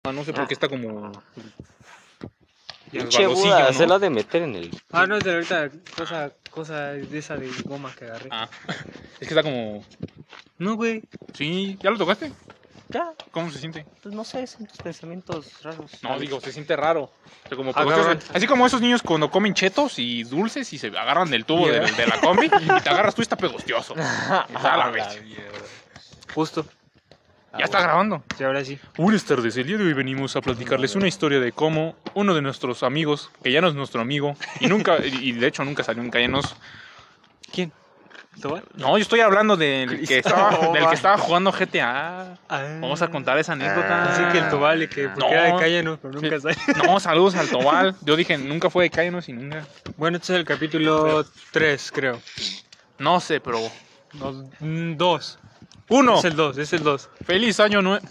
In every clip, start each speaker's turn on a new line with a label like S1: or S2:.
S1: roja, Ah, no sé por qué está como.
S2: Ah. Pinche Buda,
S1: resbalosillo,
S2: se
S1: ¿no?
S2: la de meter en el.
S3: Ah, no es de ahorita, cosa, cosa de esa de goma que agarré.
S1: Ah, es que está como.
S3: No, güey.
S1: Sí, ¿ya lo tocaste?
S2: Ya,
S1: ¿Cómo se siente?
S2: pues no sé, son tus pensamientos raros.
S1: No, digo, se siente raro. O sea, como por-
S3: Agarran.
S1: Ah, así como esos niños cuando comen chetos y dulces y se agarran del tubo del- de, la combi y te agarras tú y está pegostioso. Está la bestia.
S3: Justo.
S2: Ah,
S1: Ya está grabando.
S3: Sí, ahora sí.
S1: Buenas tardes, el día de hoy venimos a platicarles una historia de cómo uno de nuestros amigos, que ya no es nuestro amigo, y nunca, y y de hecho nunca salió en calle, nos...
S3: ¿Quién? ¿Tobar?
S1: No, yo estoy hablando del que estaba,
S2: Cristóbal.
S1: del que estaba jugando GTA.
S3: Ah.
S1: Vamos a contar esa anécdota.
S3: Así que el Tobal, y que porque
S1: No.
S3: era de calle, no, pero nunca sale.
S1: No, saludos al Tobal. Yo dije, nunca fue de calle, no, si nunca.
S3: Bueno, este es el capítulo 3, creo.
S1: No sé, pero...
S3: 2.
S1: Uno,
S3: Es el 2, es el 2.
S1: feliz año nuevo.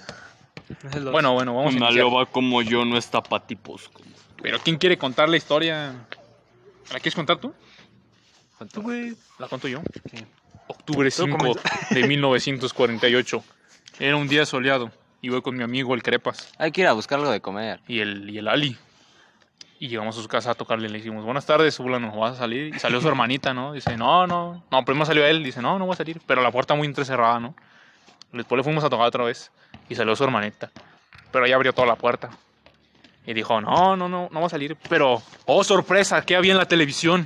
S3: Es el 2.
S1: Bueno, bueno, vamos a
S4: Una
S1: iniciar.
S4: loba como yo no está pa' tipos. como-
S1: Pero ¿quién quiere contar la historia? ¿La quieres contar tú?
S3: tú, güey.
S1: ¿La cuento yo?
S3: Sí.
S1: Octubre 5 de 1948. Era un día soleado. Y voy con mi amigo el Crepas
S2: Hay que ir a buscar algo de comer.
S1: y el, y el Ali. Y llegamos a su casa a tocarle. Le dijimos, buenas tardes, fulano, ¿vas a salir? Y salió su hermanita, ¿no? Dice, no, no. No, primero salió él. Dice, no, no voy a salir. Pero la puerta muy entrecerrada, ¿no? Después le fuimos a tocar otra vez. Y salió su hermanita. Pero ella abrió toda la puerta. Y dijo, no, no, no, no va a salir. Pero, oh, sorpresa, ¿qué había en la televisión?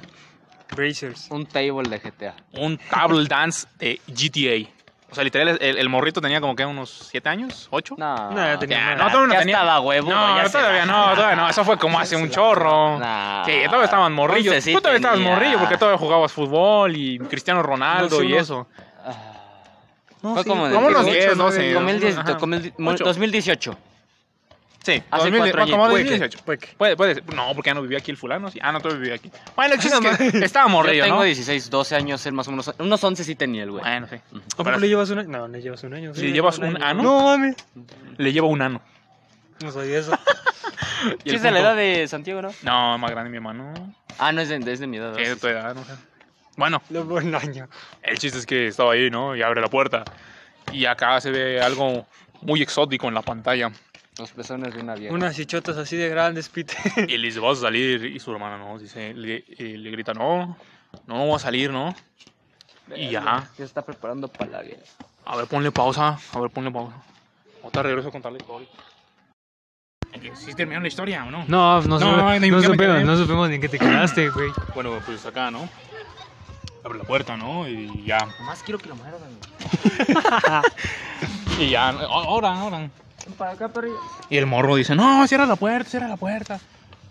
S3: Brazers.
S2: Un table de GTA.
S1: un table dance de GTA. O sea, literal, el, el morrito tenía como que unos 7 años, 8.
S2: No,
S3: No, ya tenía
S1: Ah, Ya,
S3: más.
S1: no, todavía no
S2: ya
S1: tenía.
S2: estaba huevo.
S1: no, no, todavía no, todavía no. Eso fue como hace un chorro.
S2: Nah.
S1: Sí, todavía estaban morrillos.
S2: Once sí
S1: Tú todavía estabas
S2: tenía.
S1: morrillo porque todavía jugabas fútbol y Cristiano Ronaldo
S3: No, sí,
S1: y
S3: unos-
S1: eso.
S3: No,
S2: Fue como en el
S1: Como unos
S2: 18,
S1: 10, 12.
S2: Como Ah, el, diez-
S1: Ajá.
S2: como el di-
S1: Ocho.
S2: 2018.
S1: Sí,
S2: Hace
S1: 2000,
S2: cuatro
S1: como
S2: años.
S3: Puede que-
S1: 2018.
S3: puede que.
S1: Puede, puede ser. No, porque ya no vivía aquí el fulano. sí. Ah, no, todavía vivía aquí. Bueno, el chiste es que estaba
S2: Yo
S1: morrillo,
S2: tengo
S1: ¿no?
S2: 16, 12 años, él más o menos. Unos 11 sí tenía el güey.
S1: Bueno, sí.
S3: ¿A poco
S1: Pero-
S3: le llevas un año? No, le llevas un año.
S1: ¿Le llevas un ano?
S3: No, mami.
S1: Le lleva un ano.
S3: No sabía eso.
S1: Y
S2: Sí,
S1: el
S2: es de la
S1: punto-
S2: edad de Santiago, ¿no?
S1: No, más grande mi hermano.
S2: Ah, no, es de, es de mi edad. ¿no?
S1: Es de tu edad, no sé. Bueno,
S3: Lo por un año.
S1: El chiste es que estaba ahí, ¿no? Y abre la puerta. Y acá se ve algo muy exótico en la pantalla.
S2: Los pezones de una vieja.
S3: Unas chichotas así de grandes, Pete.
S1: Y le dice, vas a salir. Y su hermana, ¿no? Dice, le, eh, le grita, no, no, no voy a salir, ¿no? Y ya.
S2: Se está preparando para la guerra.
S1: A ver, ponle pausa. A ver, ponle pausa. Otra regreso a contarle historia. ¿Sí terminó la historia o no?
S3: No, no,
S1: supe- no ni- no ya me supimos- quedé. no
S3: supimos ni en qué te quedaste, güey.
S1: Bueno, pues acá, ¿no? Abre la puerta, ¿no? Y ya.
S2: Más quiero que lo muerdan.
S1: Y ya. Ahora, ahora.
S2: Ven Para acá, perrillo.
S1: Y el morro dice, no, cierra la puerta, cierra la puerta.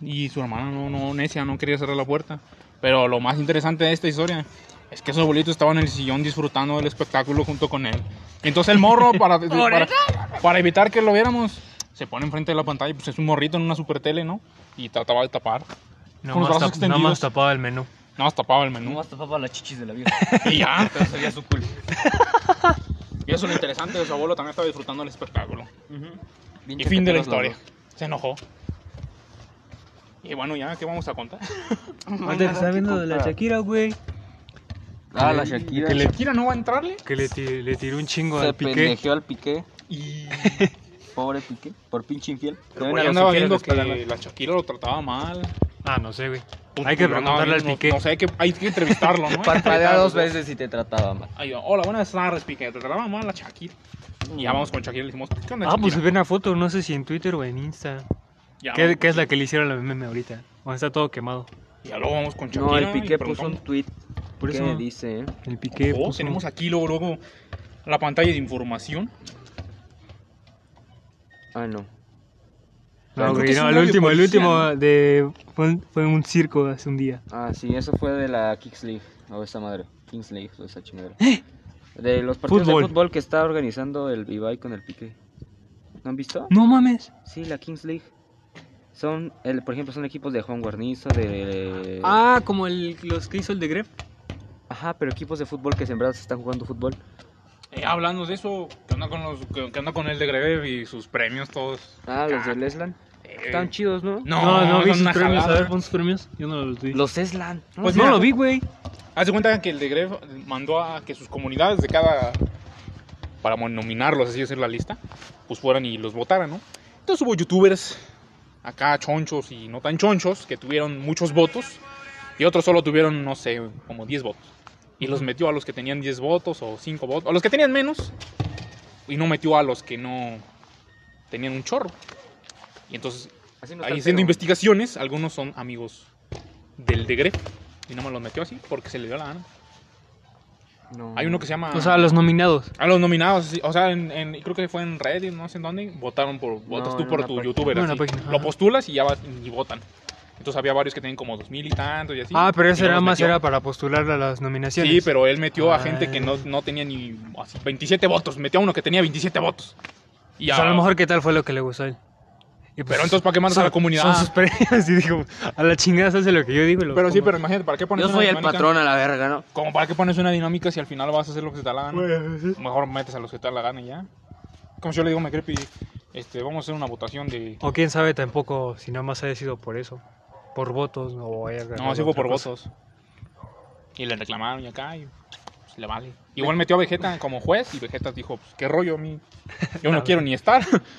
S1: Y su hermana, no, no, necia, no quería cerrar la puerta. Pero lo más interesante de esta historia es que su abuelito estaba en el sillón disfrutando del espectáculo junto con él. Entonces el morro, para, para, para evitar que lo viéramos, se pone enfrente de la pantalla, y, pues es un morrito en una super tele, ¿no? Y trataba de tapar.
S3: No
S1: Con los
S3: más,
S1: brazos
S3: tap- nada
S1: extendidos.
S3: más tapaba el menú.
S1: Nada más tapaba el
S2: No
S1: menú.
S2: vas a tapar las chichis de la vieja.
S1: Y ya.
S2: Pero sería su culpa.
S1: Y eso es lo interesante, que su abuelo también estaba disfrutando del espectáculo.
S2: Bien
S1: Y fin de la
S2: chaqueteros los
S1: historia. Se enojó. Y bueno, ya, ¿qué vamos a contar?
S2: dos.
S3: Ahorita te está viendo de la Shakira, güey.
S2: Ah, la Shakira.
S1: Que le tira, no va a entrarle.
S3: Que le, ti- le tiró un chingo
S2: Se
S3: al piqué.
S2: pendejeó al piqué.
S1: Y
S2: Pobre piqué. Por pinche infiel.
S1: Pero
S2: Deben
S1: por
S2: a
S1: ahí
S2: los
S1: andaba
S2: infieles
S1: viendo
S2: los
S1: que la Shakira lo trataba mal.
S3: Ah, no sé, güey. Hay que
S1: Lo andaba
S3: preguntarle al
S1: viendo,
S3: Piqué.
S1: No, sé, hay que, hay que entrevistarlo, ¿no?
S2: Parpadea dos veces y te trataba mal.
S1: Ahí va, Hola, buenas tardes, Piqué. Te trataba mal la Shakira. Y ya vamos con Shakira y le dijimos, ¿qué onda,
S3: Ah, pues
S1: Shakira?
S3: ven una foto, no sé si en Twitter o en Insta.
S1: Ya,
S3: ¿Qué, qué es la que le hicieron a la meme ahorita? Cuando está todo quemado.
S1: ya luego vamos con Shakira.
S2: No, el
S1: y
S2: piqué puso
S1: preguntamos,
S2: un tweet.
S3: Por
S2: que
S3: eso
S2: dice?
S3: el piqué.
S1: "Oh,
S3: puso-
S1: tenemos aquí luego, luego la pantalla de información.
S2: Ah, no.
S3: No,
S1: Creo
S3: güey,
S1: que es
S3: no,
S1: un
S3: el
S1: audio
S3: último, el
S1: policía,
S3: último
S1: ¿no?
S3: de fue un, fue un circo hace un día.
S2: Ah, sí, eso fue de la Kings League. O esa madre. Kings League, o esa chingadera. De los partidos
S3: Fútbol.
S2: de fútbol que está organizando el Ibai con el piqué. ¿No han visto?
S3: No mames.
S2: Sí, la Kings League. Son, el, por ejemplo, son equipos de Juan Guarnizo, de...
S3: Ah, como el, los que hizo el de Gref.
S2: Ajá, pero equipos de fútbol que sembrados están jugando fútbol.
S1: Eh, hablando de eso, ¿qué onda con, los, qué, qué onda con el de Greve y sus premios todos?
S2: Ah, los del Eslan.
S1: Eh,
S2: Están chidos, ¿no?
S1: no,
S3: No, no,
S1: son
S3: vi sus
S1: una
S3: premios.
S1: jalada.
S3: A ver, pon sus premios. Yo no los vi.
S2: Los Eslan. ¿no?
S1: Pues
S3: no
S1: mira,
S3: lo vi, güey.
S1: Haz de cuenta que el de Gref mandó a que sus comunidades de cada. para nominarlos, así hacer la lista, pues fueran y los votaran, ¿no? Entonces hubo youtubers, acá chonchos y no tan chonchos, que tuvieron muchos votos y otros solo tuvieron, no sé, como 10 votos. Y los metió a los que tenían 10 votos o 5 votos, a los que tenían menos y no metió a los que no tenían un chorro. Y entonces,
S2: Así no
S1: ahí
S2: está el
S1: haciendo
S2: pedo.
S1: investigaciones, algunos son amigos del de Gref y no me los metió así porque se le dio la gana.
S2: No.
S1: Hay uno que se llama...
S3: O sea, los nominados.
S1: A los nominados, sí, o sea, en, en- creo que fue en Reddit, no sé en dónde, votaron por, votas
S2: No,
S1: tú
S2: en
S1: por
S2: una
S1: tu
S2: página.
S1: youtuber,
S3: No, en
S1: así.
S3: una página,
S1: lo
S3: ajá.
S1: postulas y ya vas- y votan. Entonces había varios que tenían como dos mil y tantos y así.
S3: ah, pero eso
S1: Y no
S3: era
S1: los
S3: más
S1: metió.
S3: era para postular a las nominaciones.
S1: Sí, pero él metió a
S3: Ah.
S1: gente que no, no tenía ni así, 27 votos, metió a uno que tenía 27 votos. Y
S3: Pues
S1: a-
S3: a lo mejor qué tal fue lo que le gustó a él. Y pues,
S1: Pero entonces, ¿para qué mandas a
S3: son-
S1: la comunidad?
S3: Son sus premios y dijo, a la chingada se hace lo que yo digo. y lo
S1: Pero sí,
S3: pongo".
S1: pero imagínate, ¿para qué pones
S2: Yo
S1: una
S2: soy el
S1: dinámica?
S2: patrón a la verga, ¿no?
S1: Como para qué pones una dinámica si al final vas a hacer lo que se te da la gana. Mejor metes a los que te da la gana y ya. Como si yo le digo a Mecrepi, este, vamos a hacer una votación de
S3: O quién sabe tampoco si nada más haya sido por eso. Por votos o haya
S1: No,
S3: ganado
S1: sí fue
S3: otra
S1: por
S3: cosa.
S1: votos. Y le reclamaron y acá, y pues, le vale. Igual metió a Vegeta como juez y Vegeta dijo, pues qué rollo, mi... yo no quiero ni estar.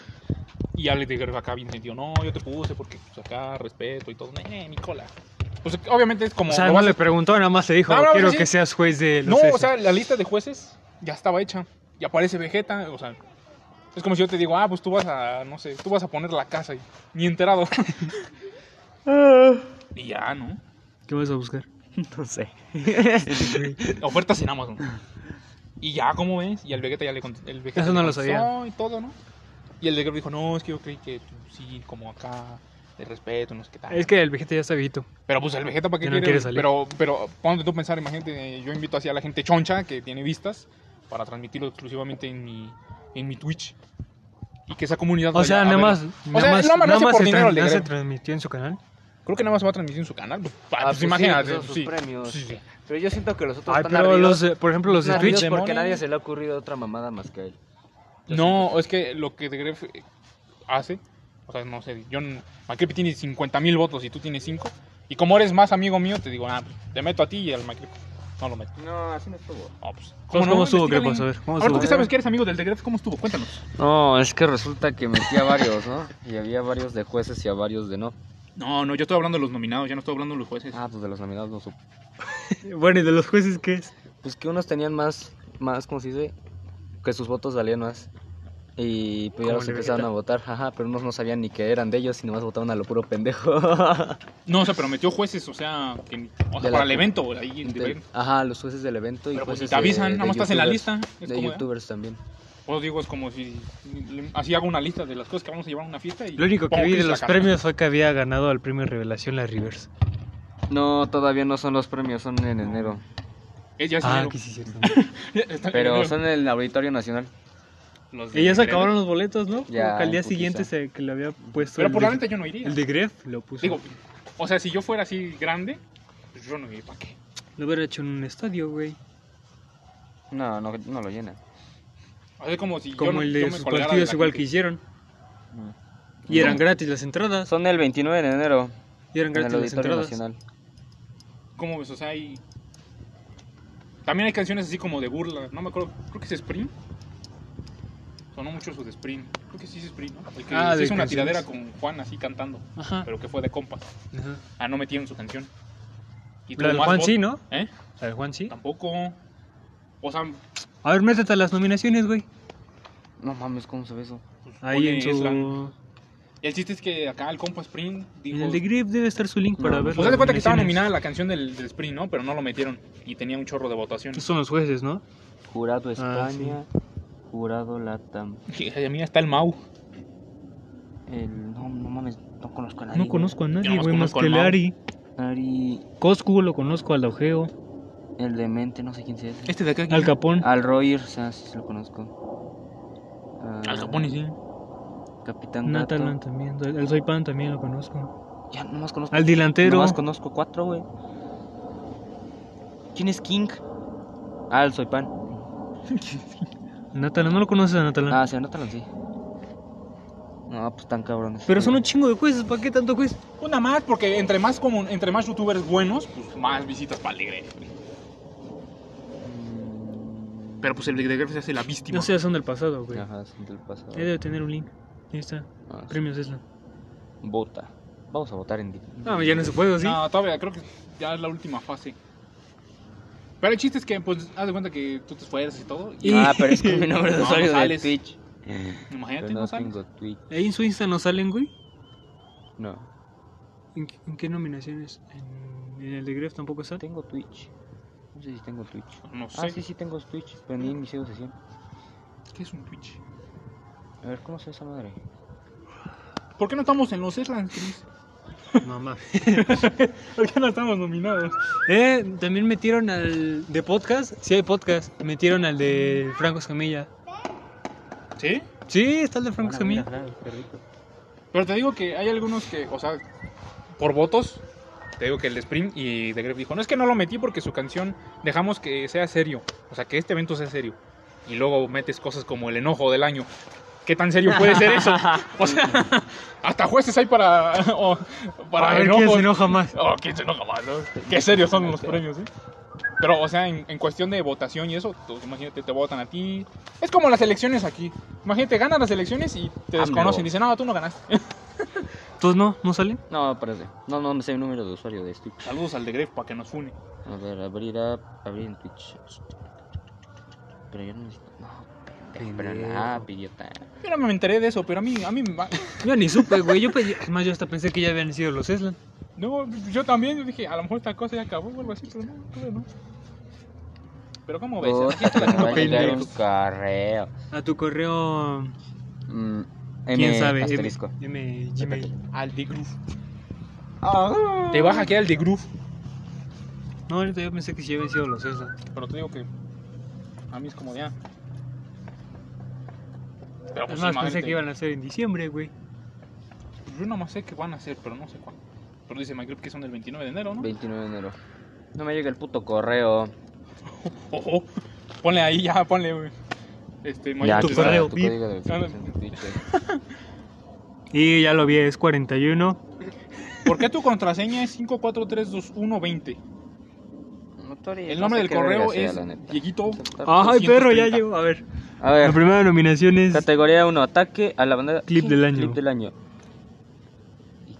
S1: Y ya le dije acá bien sentido, no, yo te puse porque pues, acá respeto y todo, eh, mi cola. Pues obviamente es como...
S3: O sea,
S1: lo
S3: no
S1: vas
S3: le
S1: a-
S3: preguntó, nada más le dijo,
S1: No, no,
S3: quiero
S1: sí.
S3: que seas juez de los
S1: no,
S3: esos".
S1: o sea, la lista de jueces ya estaba hecha. Y aparece Vegeta, o sea... Es como si yo te digo, ah, pues tú vas a, no sé, tú vas a poner la casa y ni enterado. y ya, ¿no?
S3: ¿Qué vas a buscar?
S2: No sé.
S1: Ofertas en Amazon. Y ya, ¿cómo ves? Y al Vegeta ya le contestó. El Vegeta
S3: Eso
S1: le
S3: no lo
S1: contestó
S3: sabía.
S1: Y todo, ¿no? Y el de Grefg dijo, no, es que yo creí que tú sí, como acá, de respeto, no sé qué tal.
S3: Es que el Vegeta ya está viejito.
S1: Pero pues el Vegeta, ¿para qué
S3: Ya no quiere salir.
S1: Pero, pero ponte tú a pensar, imagínate, yo invito así a la gente choncha que tiene vistas para transmitirlo exclusivamente en mi, en mi Twitch. Y que esa comunidad
S3: O
S1: vaya
S3: sea,
S1: pues a
S3: nada
S1: verlo.
S3: más.
S1: O sea,
S3: nada más,
S1: no, no
S3: nada
S1: hace
S3: más
S1: por
S3: se,
S1: dinero Pues el
S3: tran-
S1: de
S3: nada se
S1: Grefg.
S3: transmitió en su canal.
S1: Creo que nada más va a transmitir en su canal. Pues, pa-
S2: Ah,
S1: pues
S2: pues sí,
S1: imagínate.
S2: esos son sus
S1: sí.
S2: premios.
S1: Sí, sí.
S2: Pero yo siento que los otros
S3: Ay,
S2: están
S3: pero
S2: ardidos.
S3: los de- por ejemplo, los de
S2: están
S3: Twitch.
S2: ardidos porque
S1: demonios.
S2: nadie se le ha ocurrido otra mamada más que a él. Yo
S1: No, es que lo que de Gref eh, hace, o sea, no sé, yo, McCreepy tiene 50 mil votos y tú tienes 5. Y como eres más amigo mío, te digo, ah, pues, te meto a ti y al McCreepy. No lo meto.
S2: No, así no estuvo.
S1: Ah, pues,
S3: ¿Cómo, cómo estuvo,
S1: Investígale.
S3: Crepo? A ver, ¿cómo
S1: A ver, tú
S3: estuvo?
S1: que sabes que eres amigo del de Gref, ¿cómo estuvo? Cuéntanos.
S2: No, es que resulta que metía varios, ¿no? Y había varios de jueces y a varios de no.
S1: No, no, yo estoy hablando de los nominados, ya no estoy hablando de los jueces.
S2: Ah, pues de los nominados no supo.
S3: Bueno, ¿y de los jueces qué es?
S2: Pues que unos tenían más, más, ¿cómo se dice? Que sus votos valían más. Y pues ya
S3: Como
S2: los
S3: el de
S2: empezaron
S3: Vegeta.
S2: a votar, jaja, pero unos no sabían ni que eran de ellos y nomás votaban a lo puro pendejo.
S1: No, o sea, pero metió jueces, o sea, que- o
S2: De
S1: sea
S2: la-
S1: para el evento, ahí en
S2: Del- ajá, los jueces del evento y
S1: Pero pues si
S2: jueces
S1: te
S2: de-
S1: avisan,
S2: de
S1: nada más estás en la
S2: youtubers.
S1: lista. Es
S2: De
S1: como,
S2: youtubers también.
S1: Pues digo, es como si así hago una lista de las cosas que vamos a llevar a una fiesta. Y
S3: Lo único que
S1: pongo
S3: vi de
S1: es la
S3: los
S1: carta.
S3: premios fue que había ganado al premio Revelación la Rivers.
S1: Ah,
S2: No, todavía no son los premios, son en enero.
S1: Eh, ya es
S3: Ah,
S1: enero.
S3: que sí, cierto.
S1: Está en
S2: Pero
S1: Ah, enero.
S2: son en el Auditorio Nacional.
S1: Los de
S3: Y ya se
S1: Gref.
S3: acabaron los boletos, ¿no?
S2: Ya,
S3: Como que al día
S2: putiza.
S3: siguiente se, que le había puesto.
S1: Pero
S3: el
S1: por la
S3: de-
S1: neta yo no iría.
S3: El de Gref lo puso.
S1: Digo, o sea, si yo fuera así grande, pues yo no iría. ¿Para qué?
S3: lo hubiera hecho en un estadio, güey.
S2: No, no, no lo llena.
S1: O sea, como si yo
S3: Como
S1: no-
S3: el
S1: yo
S3: de
S1: me
S3: sus
S1: colgara de
S3: partidos,
S1: la
S3: igual
S1: gente.
S3: que hicieron. Y
S2: No.
S3: eran gratis las entradas.
S2: Son el 29 de enero
S3: Y eran
S2: en el
S3: gratis las
S2: Auditorio
S3: entradas.
S2: Nacional.
S1: ¿Cómo ves? O sea, hay... También hay canciones así como de burla. No me acuerdo. Creo que es Spring. Sonó mucho eso de Spring. Creo que sí es Spring, ¿no? El que
S3: Ah,
S1: se
S3: de
S1: hizo una
S3: canciones.
S1: tiradera con Juan así cantando.
S3: Ajá.
S1: Pero que fue de compas.
S3: Ajá.
S1: Ah, no metieron su canción. Y
S3: La
S1: tuvo
S3: del
S1: más
S3: Juan
S1: votos.
S3: sí, ¿no?
S1: ¿Eh?
S3: La del Juan sí.
S1: Tampoco. O sea,
S3: A ver, métete a las nominaciones, güey.
S2: No mames, ¿cómo se ve eso?
S1: pues,
S3: Ahí
S1: pone
S3: en
S1: Eslan.
S3: su.
S1: El chiste es que acá el compa Spring dijo...
S3: En el de Gref debe estar su link para
S2: No,
S3: ver.
S1: Pues haz de
S3: las
S1: cuenta que estaba
S3: nominaciones.
S1: nominada la canción del, del Spring, ¿no? Pero no lo metieron y tenía un chorro de votaciones.
S3: Son los jueces, ¿no?
S2: Jurado España,
S3: Ah, sí.
S2: jurado Latam.
S1: Y a mí está el Mau.
S2: El... No, no mames, no conozco a nadie.
S3: No conozco a nadie,
S1: Yo nomás
S3: güey, más
S1: conozco al
S3: que el
S1: Mau.
S3: Ari.
S2: a Ari,
S3: Coscu lo conozco, al Augeo,
S2: el demente, no sé quién sea ese.
S1: Este de acá.
S3: al Capón.
S2: Al Royer, o sea, sí, sí lo conozco. Ah,
S1: Al Japón, y sí.
S2: Capitán Gato.
S3: Natalan también, al Soy Pan también lo conozco.
S2: Ya, nomás conozco.
S3: Al delantero,
S2: Nomás conozco cuatro, güey. ¿Quién es King? Ah, el Soypan.
S3: Natalan, no lo conoces a Natalan.
S2: Ah, se anotan sí. No, pues tan cabrones.
S3: Pero son un chingo de jueces, ¿para qué tanto juez?
S1: Una más, porque entre más como, entre más youtubers buenos, pues más visitas para el de Gref. Pero pues el de Gref se hace la víctima.
S3: No sé, son del pasado, güey.
S2: Ajá, son del pasado.
S3: Eh, Ahí debe tener un link. Ahí está.
S2: Ah,
S3: Premios Esla.
S2: Vota. Vamos a votar en Ah, dif-
S3: No, ya no se puede, ¿sí?
S1: No, todavía creo que ya es la última fase. Pero el chiste es que, pues, haz de cuenta que tú te esfuerzas y todo. Y
S2: Ah, pero es que mi nombre de
S1: No,
S2: usuario
S1: no
S2: de
S1: sales. Eh,
S2: Twitch. Pero
S1: imagínate,
S2: no
S1: no sabes.
S2: tengo Twitch.
S3: Ahí en su Insta no salen, güey.
S2: No.
S3: ¿En, qué- en qué nominaciones? ¿En, en el de Gref tampoco sale?
S2: Tengo Twitch. No sé si tengo Twitch.
S1: No sé.
S2: Ah, sí, sí tengo Twitch. Pero ni inicié sesión.
S1: ¿Qué es un Twitch?
S2: A ver, ¿cómo se esa madre?
S1: ¿Por qué no estamos en los Eslan, Chris?
S3: Mamá.
S1: ¿Por qué no estamos nominados?
S3: Eh, también metieron al de podcast. Sí, hay podcast. Metieron al de Franco Escamilla.
S1: ¿Sí?
S3: Sí, está el de Franco
S2: Bueno, mira,
S3: Escamilla.
S2: claro, qué rico.
S1: Pero te digo que hay algunos que, o sea, por votos, te digo que el de Spring y de Gref dijo, no es que no lo metí porque su canción dejamos que sea serio, o sea, que este evento sea serio. Y luego metes cosas como el enojo del año. ¿Qué tan serio puede ser eso? O sea, hasta jueces hay para, o- para,
S3: A ver quién
S1: enojos.
S3: se enoja más.
S1: Oh, quién se enoja más, ¿no? Qué serios son los premios, ¿eh? Pero, o sea, en, en cuestión de votación y eso, tú, imagínate, te votan a ti. Es como las elecciones aquí. Imagínate, ganan las elecciones y
S3: Ah,
S1: te desconocen. Dicen, no, tú no ganaste.
S3: ¿Todos no? ¿No salen?
S2: No, parece. No, no me sé el número de usuario de Twitch.
S1: Saludos al de Gref para que nos une.
S2: A ver, abrir app, abrir en Twitch. Pero yo no necesito. No, pendejo, pero en la app, idiota.
S1: Yo no me enteré de eso, pero a mí, a mí, me va-
S3: Yo ni supe, güey. Yo pedí... Además, yo hasta pensé que ya habían sido los Eslan.
S1: no, yo también yo dije, a lo mejor esta cosa ya acabó o algo así, pero no, creo que no. Pero, ¿cómo ves? Aquí
S2: Puta,
S1: está
S2: que me va a
S1: la
S2: llegar un
S3: pendejos.
S2: correo.
S3: A tu correo.
S2: Mm,
S3: ¿Quién
S2: M
S3: sabe?
S2: Asterisco.
S3: M, M- Gmail.
S1: Al de Groove. Te vas aquí al de Groove.
S3: No, ahorita yo pensé que sí habían sido los Eslan.
S1: Pero te digo que a mí es como ya. Pero pues,
S3: Además, pensé
S1: imagínate.
S3: que iban a ser en diciembre, güey.
S1: Yo nomás sé que van a hacer, pero no sé cuándo. Pero dice MyClub que son del 29 de enero, ¿no?
S2: 29 de enero. No me llega el puto correo.
S1: Ojo. Ponle ahí ya, ponle, güey. Este,
S2: Ya,
S3: tu
S1: MyClub.
S2: aquí está
S3: correo, Ah,
S2: tu
S3: pip.
S2: código de verificación de Twitch, eh.
S3: Y ya lo vi, es 41.
S1: ¿Por qué tu contraseña es 5432120?
S2: Notorious,
S1: El
S2: no
S1: nombre
S2: sé
S1: del
S2: qué
S1: correo
S2: verga sea,
S1: es
S2: la neta.
S1: Dieguito.
S3: Ay,
S1: 230.
S3: perro, ya llegó. A ver,
S2: A
S3: la
S2: ver,
S3: primera nominación es.
S2: categoría 1, ataque a la bandera.
S3: Clip del año.
S2: Clip del año.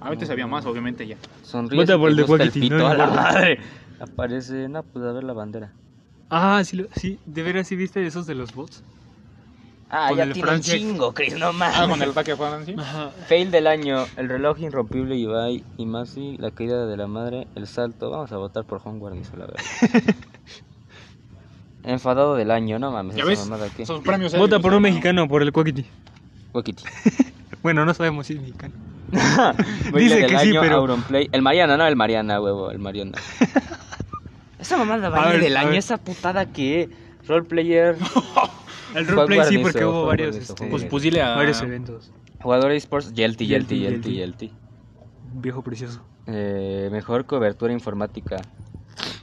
S1: A veces Ah, sabía más, obviamente ya.
S2: Sonríe.
S3: Vota
S2: si
S3: por
S2: te
S3: el de
S2: gusta
S3: Wacky,
S2: pito
S3: no
S2: a
S3: el
S2: la
S3: gordo.
S2: madre. Aparece, no, pues a ver la bandera.
S3: Ah, sí, lo- sí, de veras, sí viste esos de los bots.
S2: Ah,
S3: Con
S2: ya
S3: el
S2: tiene
S3: Francia.
S2: un chingo, Chris, no mames.
S1: Ah, con el ataque de Francia.
S3: Ajá.
S2: Fail del año, el reloj irrompible Ibai y Masi, la caída de la madre, el salto. Vamos a votar por Juan Guarnizo, la verdad. Enfadado del año, no mames.
S1: ¿Ya
S2: esa
S1: ves?
S2: mamada, ¿qué?
S1: Esos premios.
S3: Vota
S1: serios,
S3: por
S1: ¿no?
S3: un mexicano, por el Cuaquiti.
S2: Wakiti.
S3: Bueno, no sabemos si es mexicano.
S2: Baile
S3: que sí, pero-
S2: Auronplay. El Mariana, no, el Mariana, huevo, el Mariana. esa mamada
S3: A
S2: baile
S3: ver,
S2: del
S3: a
S2: año,
S3: ver.
S2: esa putada que roleplayer,
S3: El
S2: Juan
S3: roleplay sí,
S2: Guarnizo,
S3: porque hubo
S2: Juan
S3: varios,
S2: Guarnizo,
S3: este,
S2: Juan
S1: Pues, pues dile a.
S3: varios eventos.
S2: jugador de esports, Yelty, Yelty,
S3: Yelty,
S2: Yelty,
S3: Yelty.
S2: Yelty.
S3: Viejo precioso.
S2: Eh, mejor cobertura informática.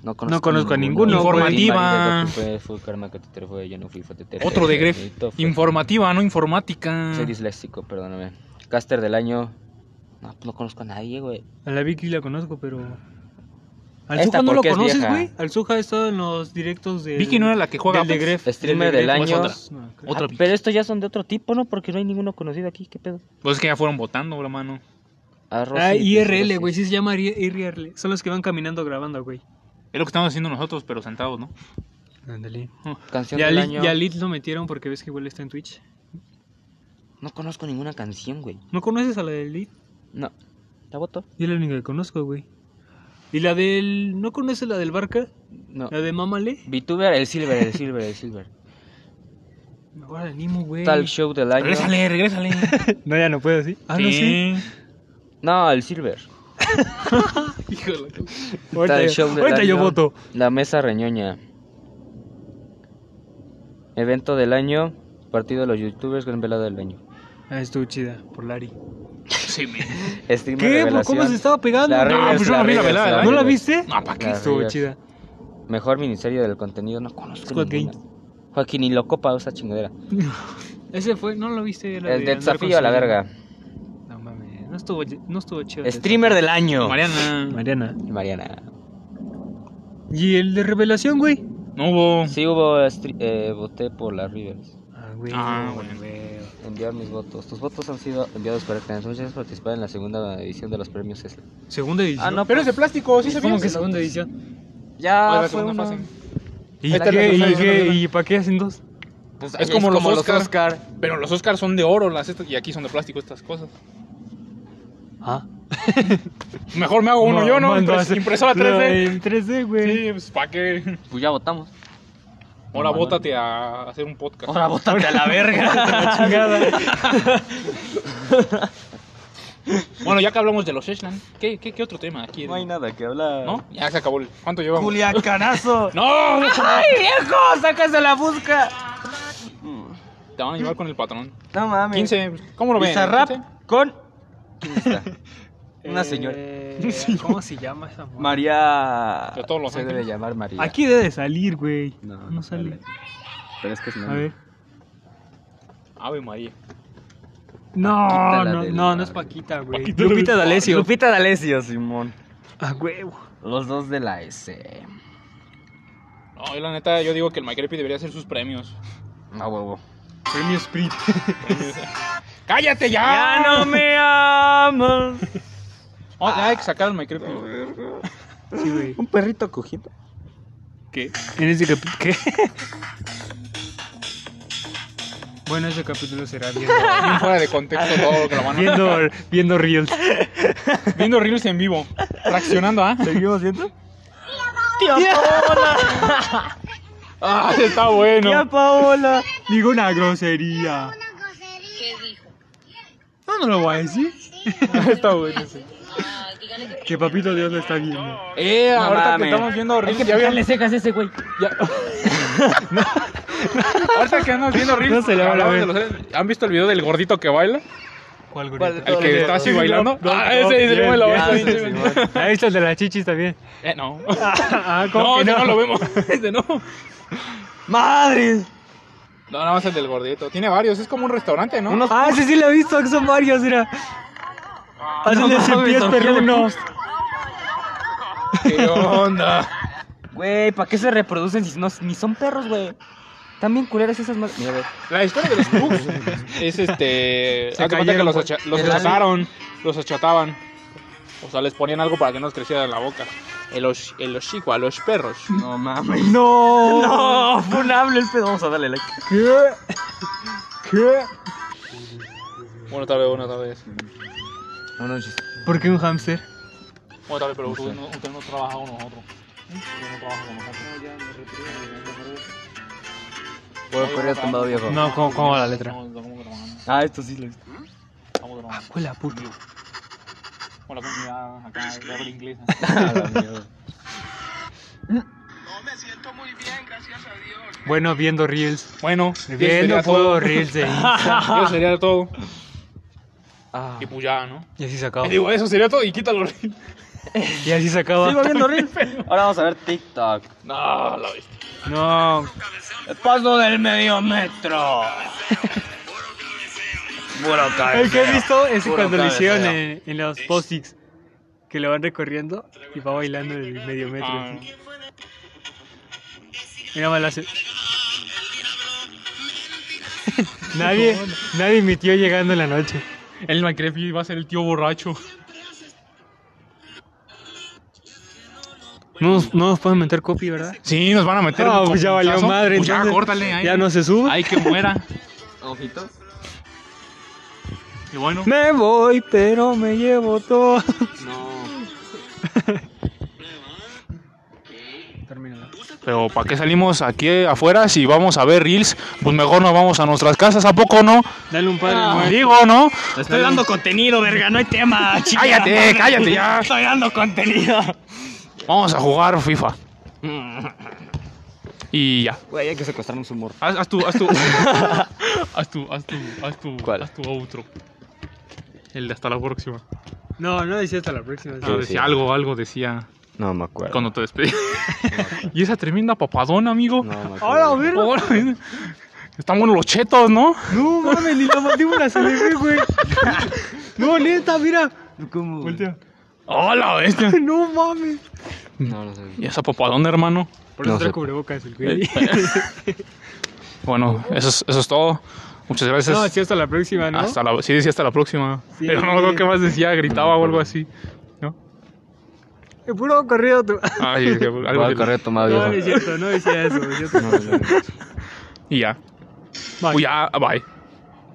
S2: No conozco,
S3: No conozco a ninguno,
S2: Fue
S1: güey.
S2: Team
S1: Informativa.
S2: Bandai, Fue, fue Karma Cateter, fue Yo no fui, fue TTR,
S1: Otro de
S2: fue
S1: Gref.
S2: Benito, fue-
S1: Informativa, no informática.
S2: Soy disléxico, perdóname. Caster del año. No, pues no conozco a nadie, güey.
S3: A la Vicky la conozco, pero. Al
S2: Esta
S3: Suja no lo
S2: porque es
S3: conoces,
S2: vieja.
S3: güey. Al Suja ha estado en los directos de.
S1: Vicky no era la que juega. pues.
S3: del de
S1: Apex.
S3: Gref.
S2: Streamer
S3: del
S2: del
S3: Gref.
S2: año.
S3: No, creo.
S1: Otra
S2: Ah,
S1: Vicky.
S2: pero estos ya son de otro tipo, ¿no? Porque no hay ninguno conocido aquí, ¿qué pedo?
S1: Pues es que ya fueron votando, bro, mano.
S2: Ah, Rosy,
S3: Ah,
S2: pues,
S3: IRL,
S2: Rosy.
S3: güey, sí se llama IR- IRL. Son los que van caminando grabando, güey.
S1: Es lo que estamos haciendo nosotros, pero sentados, ¿no?
S3: Ándale.
S2: Canción
S3: Ya
S2: del
S3: Lit,
S2: año.
S3: ya Lit lo metieron porque ves que igual está en Twitch.
S2: No conozco ninguna canción, güey.
S3: ¿No conoces a la de Lit?
S2: No. ¿La voto?
S3: Yo la única que conozco, güey. ¿Y la del. ¿No conoces la del Barca?
S2: No.
S3: ¿La de Mamale?
S2: VTuber, el Silver, el Silver, el Silver.
S3: Ahora la animo, güey.
S2: Talk Show del año.
S1: Regrésale, regrésale.
S3: No, ya no puedo, sí. Ah, no, sí.
S2: No, el Silver.
S1: Híjole.
S3: Ahorita,
S2: Tal
S3: yo-
S2: show del
S3: ahorita yo
S2: año.
S3: voto.
S2: La mesa reñoña. Evento del año. Partido de los youtubers gran velada del año.
S3: Ah, estuvo chida, por Lari.
S1: Sí, me.
S2: Stream de
S3: ¿Qué? ¿Por
S2: revelación.
S3: ¿Cómo se estaba pegando?
S2: La
S3: Ah, No,
S2: Rivers,
S1: pues yo no vi la
S2: Rivers,
S1: velada del año.
S3: ¿No la
S2: Rivers.
S3: viste?
S1: No, ¿para qué?
S2: La
S3: Estuvo
S2: Rivers.
S3: chida.
S2: Mejor ministerio del contenido. No conozco
S3: Squad
S2: ninguna. Joaquín y Locopa usa chingadera.
S3: Ese fue, no lo viste. La
S2: El
S3: de
S2: de
S3: Andar
S2: desafío a la
S3: Consuelo.
S2: verga.
S3: No mames, no estuvo, no estuvo chido. el
S2: Streamer del año.
S1: Mariana.
S3: Mariana.
S2: Mariana.
S3: ¿Y el de revelación, güey?
S1: No hubo.
S2: Sí hubo. stri- eh, voté por la Rivers.
S3: Ah, güey.
S1: Ah, bueno.
S3: güey.
S2: Eh, enviar mis votos. Tus votos han sido enviados correctamente. Muchas gracias por participar en la segunda edición de los premios Tesla.
S3: Segunda edición.
S2: Ah, no,
S5: Pero es de plástico, sí
S3: ¿Cómo
S5: sabías.
S3: pues, que segunda edición?
S5: Ah,
S2: Ya
S5: la
S2: fue
S5: segunda
S2: una...
S5: fase.
S3: ¿Y,
S5: Esta es la
S3: qué-
S5: segunda
S3: y
S5: edición,
S3: qué-
S5: ¿no?
S3: y para qué hacen dos?
S2: Pues,
S1: Es
S2: es
S1: como
S2: como,
S1: los
S2: los
S1: Oscar.
S2: Oscar.
S1: Pero los Oscars son de oro, las estas, y aquí son de plástico estas cosas.
S3: Ah.
S1: Mejor me hago uno yo, ¿no?
S3: Mando a
S1: Impres-
S3: hacer-
S1: impresora
S3: No,
S1: 3D.
S3: en 3D, güey.
S1: Sí, pues pa' qué.
S2: Pues ya votamos.
S1: Ahora bótate a hacer un podcast.
S2: Ahora votamos a la
S3: La chingada.
S1: Bueno, ya que hablamos de los Sheshland, ¿qué, qué, qué otro tema aquí?
S2: No hay nada que hablar.
S1: ¿No? Ya se acabó el. ¿Cuánto llevamos?
S5: Culiacanazo.
S1: ¡No!
S5: ¡Ay, viejo! ¡Sácase la busca!
S1: Te van a llevar con el patrón.
S5: No mames.
S1: 15. ¿Cómo lo ven?
S5: Bizarrap
S1: 15.
S5: con
S2: ¿Quién está? Una señora.
S3: Eh, ¿Cómo se llama esa mujer?
S2: María.
S1: De todos los
S2: Se debe
S1: ángeles.
S2: llamar María.
S3: Aquí debe de salir, güey.
S2: No,
S3: No, sale.
S2: Pero es que es
S3: A ver.
S1: Ave María.
S3: No,
S2: Paquita, la
S3: no,
S2: del
S3: no, no es
S2: barrio.
S3: Paquita, güey.
S4: Paquita, la
S3: Lupita
S4: del
S3: D'Alessio.
S2: Lupita D'Alessio, Simón.
S3: Ah, huevo.
S2: Los dos de la S.
S1: No, yo la neta, yo digo que el MyCreepy debería hacer sus premios.
S2: A huevo.
S3: Premio Spirit.
S1: ¡Cállate ya!
S2: no me amas.
S1: Oh, ya hay que sacar al MyCreepy.
S3: Sí, güey.
S2: Un perrito cogiendo.
S1: ¿Qué?
S3: En ese capítulo. ¿Qué? Bueno, ese capítulo será viendo,
S1: Bien fuera de contexto todo lo que lo van a
S3: viendo, viendo Reels.
S1: Viendo Reels en vivo. Reaccionando, ¿ah?
S2: ¿Seguimos viendo?
S5: Tía Paola.
S1: Ah, está bueno.
S5: Tía Paola.
S3: Digo una grosería.
S6: ¿Qué dijo?
S3: No, no lo voy a decir.
S1: Está bueno. sí.
S6: Ay, dígale que
S3: Que papito Dios lo está viendo.
S1: Eh,
S2: No
S1: ahorita que
S2: mames.
S1: estamos viendo Reels, ya vieron-
S3: cejas a ese güey.
S1: Ahorita que andamos viendo Reels,
S3: No se le va a
S1: hablamos
S3: ver.
S1: de los- ¿han visto el video del gordito que baila?
S5: ¿Cuál
S3: ¿Cuál
S5: de
S3: güey?
S1: El
S5: todos
S1: que
S5: los
S1: está
S5: videos?
S1: así bailando.
S3: no,
S1: ah,
S3: no,
S1: ese es el
S3: bien,
S1: de la
S3: bien,
S1: vuelta.
S3: sí, Ahí está el de las chichis también.
S1: Eh, no.
S3: Ah,
S1: No,
S3: que
S1: ese no lo vemos. Ese no. No,
S5: Madre.
S1: nada más el del gordito. Tiene varios, es como un restaurante, ¿no?
S3: Ah, ese sí lo he visto, que son varios, mira. Así le hacen pies perrunos.
S1: ¿Qué onda?
S2: Güey, ¿para qué se reproducen si no, ni son perros, güey? También culeras esas madres. Mira, güey.
S1: La historia de los Pugs es este.
S3: Se
S1: haz de cuenta que
S3: cayeron,
S1: los,
S3: güey.
S1: acha- los
S2: El alien.
S1: achataron, los achataban. O sea, les ponían algo para que no les creciera en la boca. El, os- el hocico a los perros.
S2: No mames.
S3: No.
S2: No, funable el pedo. Vamos a darle like.
S3: ¿Qué? ¿Qué?
S1: Bueno, tal vez, bueno, tal vez.
S2: Buenas noches.
S3: ¿Por qué un hámster?
S1: Bueno, tal vez, pero usted no, usted no trabaja con nosotros. Usted no trabaja con nosotros.
S2: Voy a correr tumbado viejo.
S3: No, ¿cómo, cómo va la letra?
S1: No, no, estamos trabajando.
S2: Ah, esto sí lo he visto.
S1: Estamos trabajando.
S3: Escuela puto.
S1: Con la comunidad acá, de habla inglesa.
S2: A Ah, la mierda.
S3: Bueno, viendo Reels.
S1: Bueno,
S3: Viendo
S1: todo.
S3: puedo Reels de Insta.
S1: Eso sería todo.
S2: Ah.
S1: Y pues ya, ¿no?
S3: Y así se acaba.
S1: Digo, eso sería todo y quítalo.
S3: Y así se acaba.
S2: Sigo viendo Reels. Ahora vamos a ver TikTok.
S1: No, la bestia.
S3: No.
S5: Paso del medio metro. Puro
S3: El que he visto es
S5: Puro
S3: cuando lo
S5: cabeceo.
S3: hicieron en, en los post-its. Que lo van recorriendo y va bailando el medio metro.
S1: Ah.
S3: así. Mira más la hace. nadie, nadie mi tío llegando en la noche.
S1: El McCreepy va a ser el tío borracho.
S3: No, nos- no nos pueden meter copy, ¿verdad?
S1: Sí, nos van a meter.
S3: No,
S1: un
S3: pues ya valió
S1: cocotazo.
S3: madre.
S1: Pues ya,
S3: entonces,
S1: córtale. Ahí,
S3: Ya no se sube.
S1: Ay, que muera.
S2: Ojito.
S1: Y bueno.
S3: Me voy, pero me llevo todo.
S1: Pero ¿para qué salimos aquí afuera si vamos a ver Reels? Pues mejor nos vamos a nuestras casas, ¿a poco no?
S3: Dale un padre muerto.
S1: Digo, ¿no?
S5: Estoy dando contenido, verga, no hay tema. chica.
S1: Cállate, cállate ya.
S5: Estoy dando contenido.
S1: Vamos a jugar FIFA. Mm. Y ya.
S2: Güey, hay que secuestrarnos un morro.
S1: Haz, haz tu, haz tu. haz tu, haz tu, haz tu.
S2: ¿Cuál?
S1: Haz tu outro. El de hasta la próxima.
S3: No, no decía hasta la próxima.
S1: Pero
S2: sí.
S1: decía algo, algo decía
S2: No me acuerdo.
S1: cuando te despedí. y esa tremenda papadona, amigo.
S2: No me acuerdo.
S3: Hola, ver.
S1: Ahora, Están buenos los chetos, ¿no?
S3: No mames, ni la mandíbula se le ve, güey. No, neta, mira.
S2: ¿Cómo?
S3: Voltea.
S1: ¡Hola, bestia!
S3: No mames.
S2: No, no sé.
S1: ¿Y esa papadona, hermano?
S3: Por eso
S2: No
S3: trae
S2: sé.
S3: cubrebocas el güey.
S1: Bueno, eso es, eso es todo. Muchas gracias.
S3: No, sí, hasta la próxima, ¿no?
S1: Hasta la, sí, decía hasta la próxima.
S3: Sí.
S1: Pero no creo que más decía, gritaba o algo así. ¿No?
S3: Eh, Puro corrido tu...
S1: Ay, es que algo
S2: Voy a
S1: así.
S2: correr tomado
S3: No, no es
S2: viejo.
S3: cierto, no decía eso. yo-
S2: No, no, no.
S1: Y ya.
S3: Bye.
S1: Uy, ya, bye.